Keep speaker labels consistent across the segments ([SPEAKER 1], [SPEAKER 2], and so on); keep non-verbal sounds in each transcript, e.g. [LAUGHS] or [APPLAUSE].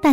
[SPEAKER 1] 大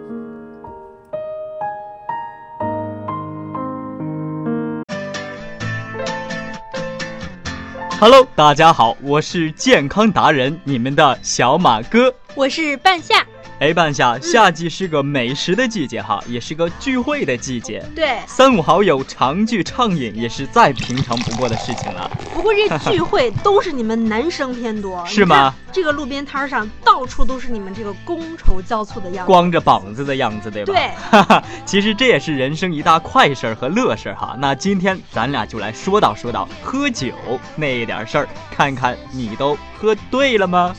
[SPEAKER 2] Hello，大家好，我是健康达人，你们的小马哥。
[SPEAKER 3] 我是半夏，
[SPEAKER 2] 哎，半夏，夏季是个美食的季节哈，也是个聚会的季节。
[SPEAKER 3] 对。
[SPEAKER 2] 三五好友常聚畅饮也是再平常不过的事情了。
[SPEAKER 3] 不过这聚会都是你们男生偏
[SPEAKER 2] [LAUGHS]
[SPEAKER 3] 多，
[SPEAKER 2] 是吗
[SPEAKER 3] 你看？这个路边摊上到处都是你们这个觥筹交错的样子。
[SPEAKER 2] 光着膀子的样子，对吧？
[SPEAKER 3] 对，
[SPEAKER 2] 哈哈，其实这也是人生一大快事儿和乐事儿哈。那今天咱俩就来说道说道喝酒那点事儿，看看你都喝对了吗？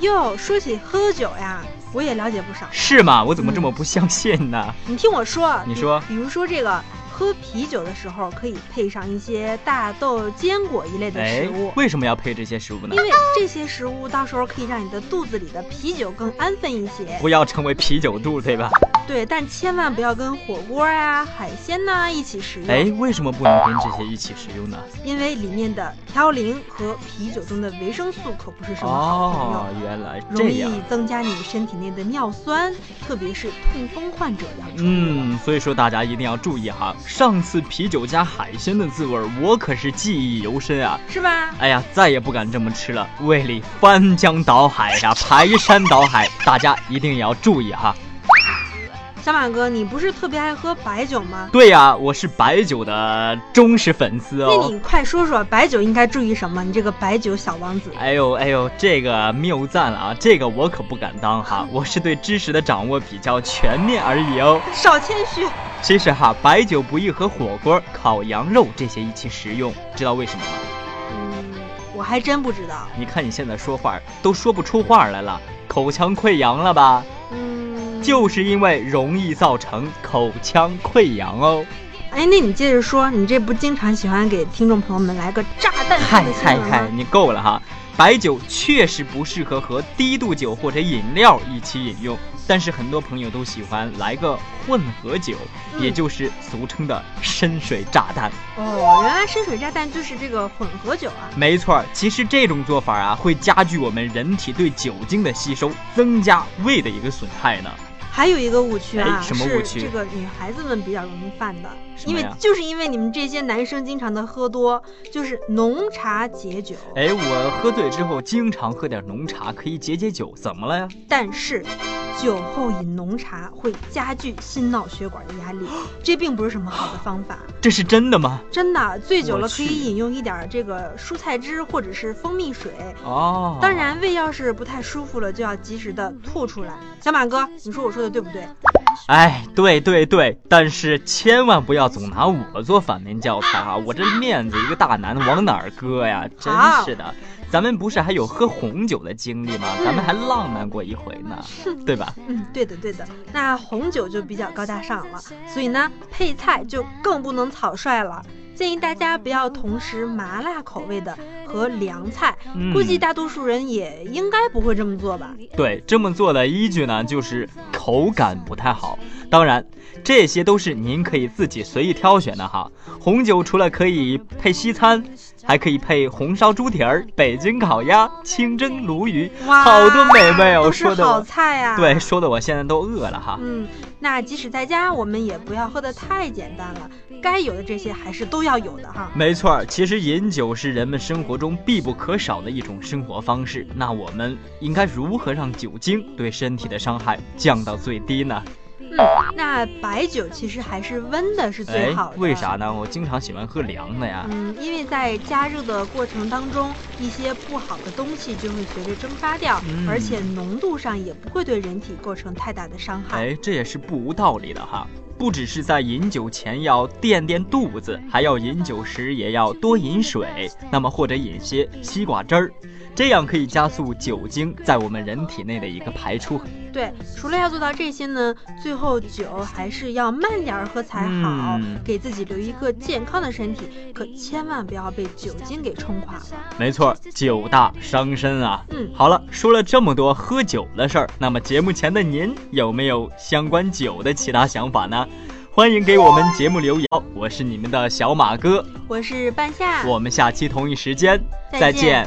[SPEAKER 3] 哟，说起喝酒呀，我也了解不少。
[SPEAKER 2] 是吗？我怎么这么不相信呢？
[SPEAKER 3] 你听我说，
[SPEAKER 2] 你说
[SPEAKER 3] 比，比如说这个喝啤酒的时候，可以配上一些大豆、坚果一类的
[SPEAKER 2] 哎
[SPEAKER 3] 食物，，
[SPEAKER 2] 为什么要配这些食物呢
[SPEAKER 3] 因？为这些食物到时候可以让你的肚子里的啤酒更安分一些。
[SPEAKER 2] 不要成为啤酒肚，对吧？
[SPEAKER 3] 对，但千万不要跟火锅呀、海鲜呐、一起食用。
[SPEAKER 2] 哎，为什么不能跟这些一起食用呢？
[SPEAKER 3] 因为里面的嘌呤和啤酒中的维生素可不是什么好朋友，
[SPEAKER 2] 哦，原来
[SPEAKER 3] 容
[SPEAKER 2] 这
[SPEAKER 3] 易
[SPEAKER 2] 样。
[SPEAKER 3] 增加你身体内的尿酸，特别是痛风患者要注意。
[SPEAKER 2] 嗯，所以说大家一定要注意哈。上次啤酒加海鲜的滋味儿，我可是记忆犹深啊。
[SPEAKER 3] 是吧？
[SPEAKER 2] 哎呀，再也不敢这么吃了，胃里翻江倒海呀、排山倒海。大家一定也要注意哈。
[SPEAKER 3] 小马哥，你不是特别爱喝白酒吗？
[SPEAKER 2] 对呀、我是白酒的忠实粉丝
[SPEAKER 3] 那
[SPEAKER 2] 哦
[SPEAKER 3] 你。快说说白酒应该注意什么？你这个白酒小王子，
[SPEAKER 2] 哎呦哎呦，这个谬赞了啊！这个我可不敢当哈，我是对知识的掌握比较全面而已哦。
[SPEAKER 3] 少谦虚。
[SPEAKER 2] 其实哈，白酒不宜和火锅、烤羊肉这些一起食用，知道为什么吗？
[SPEAKER 3] 嗯，我还真不知道。
[SPEAKER 2] 你看你现在说话儿都说不出话儿来了，口腔溃疡了吧？
[SPEAKER 3] 嗯，
[SPEAKER 2] 就是因为容易造成口腔溃疡哦。
[SPEAKER 3] 哎，那你接着说，你这不经常喜欢给听众朋友们来个炸弹式
[SPEAKER 2] 嗨
[SPEAKER 3] 的新
[SPEAKER 2] 嗨
[SPEAKER 3] 闻
[SPEAKER 2] 嗨，
[SPEAKER 3] 吗？
[SPEAKER 2] 你够了哈！白酒确实不适合和低度酒或者饮料一起饮用，但是很多朋友都喜欢来个混合酒，
[SPEAKER 3] 嗯
[SPEAKER 2] 也就是俗称的深水炸弹。
[SPEAKER 3] 哦，原来深水炸弹就是这个混合酒啊。
[SPEAKER 2] 没错儿，其实这种做法啊，会加剧我们人体对酒精的吸收，增加胃的一个损害呢。
[SPEAKER 3] 还有一个误区啊，
[SPEAKER 2] 哎什么误区
[SPEAKER 3] 是这个女孩子们比较容易犯的，
[SPEAKER 2] 什
[SPEAKER 3] 因
[SPEAKER 2] 么
[SPEAKER 3] 为
[SPEAKER 2] 呀
[SPEAKER 3] 就是因为你们这些男生经常的喝多，就是浓茶解酒。
[SPEAKER 2] 哎，我喝醉之后经常喝点浓茶，可以解解酒，怎么了呀？
[SPEAKER 3] 但是，酒后饮浓茶会加剧心脑血管的压
[SPEAKER 2] [GASPS]
[SPEAKER 3] 力，这并不是什么好的方法。
[SPEAKER 2] 这是真的吗？
[SPEAKER 3] 真的，醉酒
[SPEAKER 2] 我
[SPEAKER 3] 了可
[SPEAKER 2] 去
[SPEAKER 3] 以饮用一点这个蔬菜汁或者是蜂蜜水。
[SPEAKER 2] 哦，
[SPEAKER 3] 当然，胃要是不太舒服了，就要及时的吐出来。小马哥，你说我说的对不对？
[SPEAKER 2] 哎，对对对，但是千万不要总拿我做反面教材啊！我这面子一个大男的往哪儿搁呀？真是的，咱们不是还有喝红酒的经历吗？咱们还浪漫过一回呢，对吧？
[SPEAKER 3] 嗯，对的对的。那红酒就比较高大上了，所以呢，配菜就更不能草率了。建议大家不要同时麻辣口味的和凉菜，
[SPEAKER 2] 嗯
[SPEAKER 3] 估计大多数人也应该不会这么做吧？
[SPEAKER 2] 对，这么做的依据呢，就是口感不太好。当然，这些都是您可以自己随意挑选的哈。红酒除了可以配西餐，还可以配红烧猪蹄儿、北京烤鸭、清蒸鲈鱼，
[SPEAKER 3] 哇，
[SPEAKER 2] 好多美味哦！
[SPEAKER 3] 都是
[SPEAKER 2] 说的
[SPEAKER 3] 好
[SPEAKER 2] 我，
[SPEAKER 3] 菜呀、
[SPEAKER 2] 对，。说的我现在都饿了哈。
[SPEAKER 3] 嗯，那即使在家，我们也不要喝得太简单了，该有的这些还是都要有的哈。
[SPEAKER 2] 没错儿，其实饮酒是人们生活中必不可少的一种生活方式。那我们应该如何让酒精对身体的伤害降到最低呢？
[SPEAKER 3] 嗯，那白酒其实还是温的是最
[SPEAKER 2] 哎
[SPEAKER 3] 好，的。
[SPEAKER 2] 为啥呢？我经常喜欢喝凉的呀。
[SPEAKER 3] 嗯，因为在加热的过程当中，一些不好的东西就会随着蒸发掉，
[SPEAKER 2] 嗯
[SPEAKER 3] 而且浓度上也不会对人体构成太大的伤害。
[SPEAKER 2] 哎哎，这也是不无道理的哈。不只是在饮酒前要垫垫肚子，还要饮酒时也要多饮水，那么或者饮些西瓜汁儿，这样可以加速酒精在我们人体内的一个排出。
[SPEAKER 3] 对，除了要做到这些呢，最后酒还是要慢点儿喝才好，
[SPEAKER 2] 嗯
[SPEAKER 3] 给自己留一个健康的身体，可千万不要被酒精给冲垮了。
[SPEAKER 2] 没错，酒大伤身啊。
[SPEAKER 3] 嗯，
[SPEAKER 2] 好了，说了这么多喝酒的事儿，那么节目前的您有没有相关酒的其他想法呢？欢迎给我们节目留言。我是你们的小马哥，
[SPEAKER 3] 我是半夏，
[SPEAKER 2] 我们下期同一时间啊再见。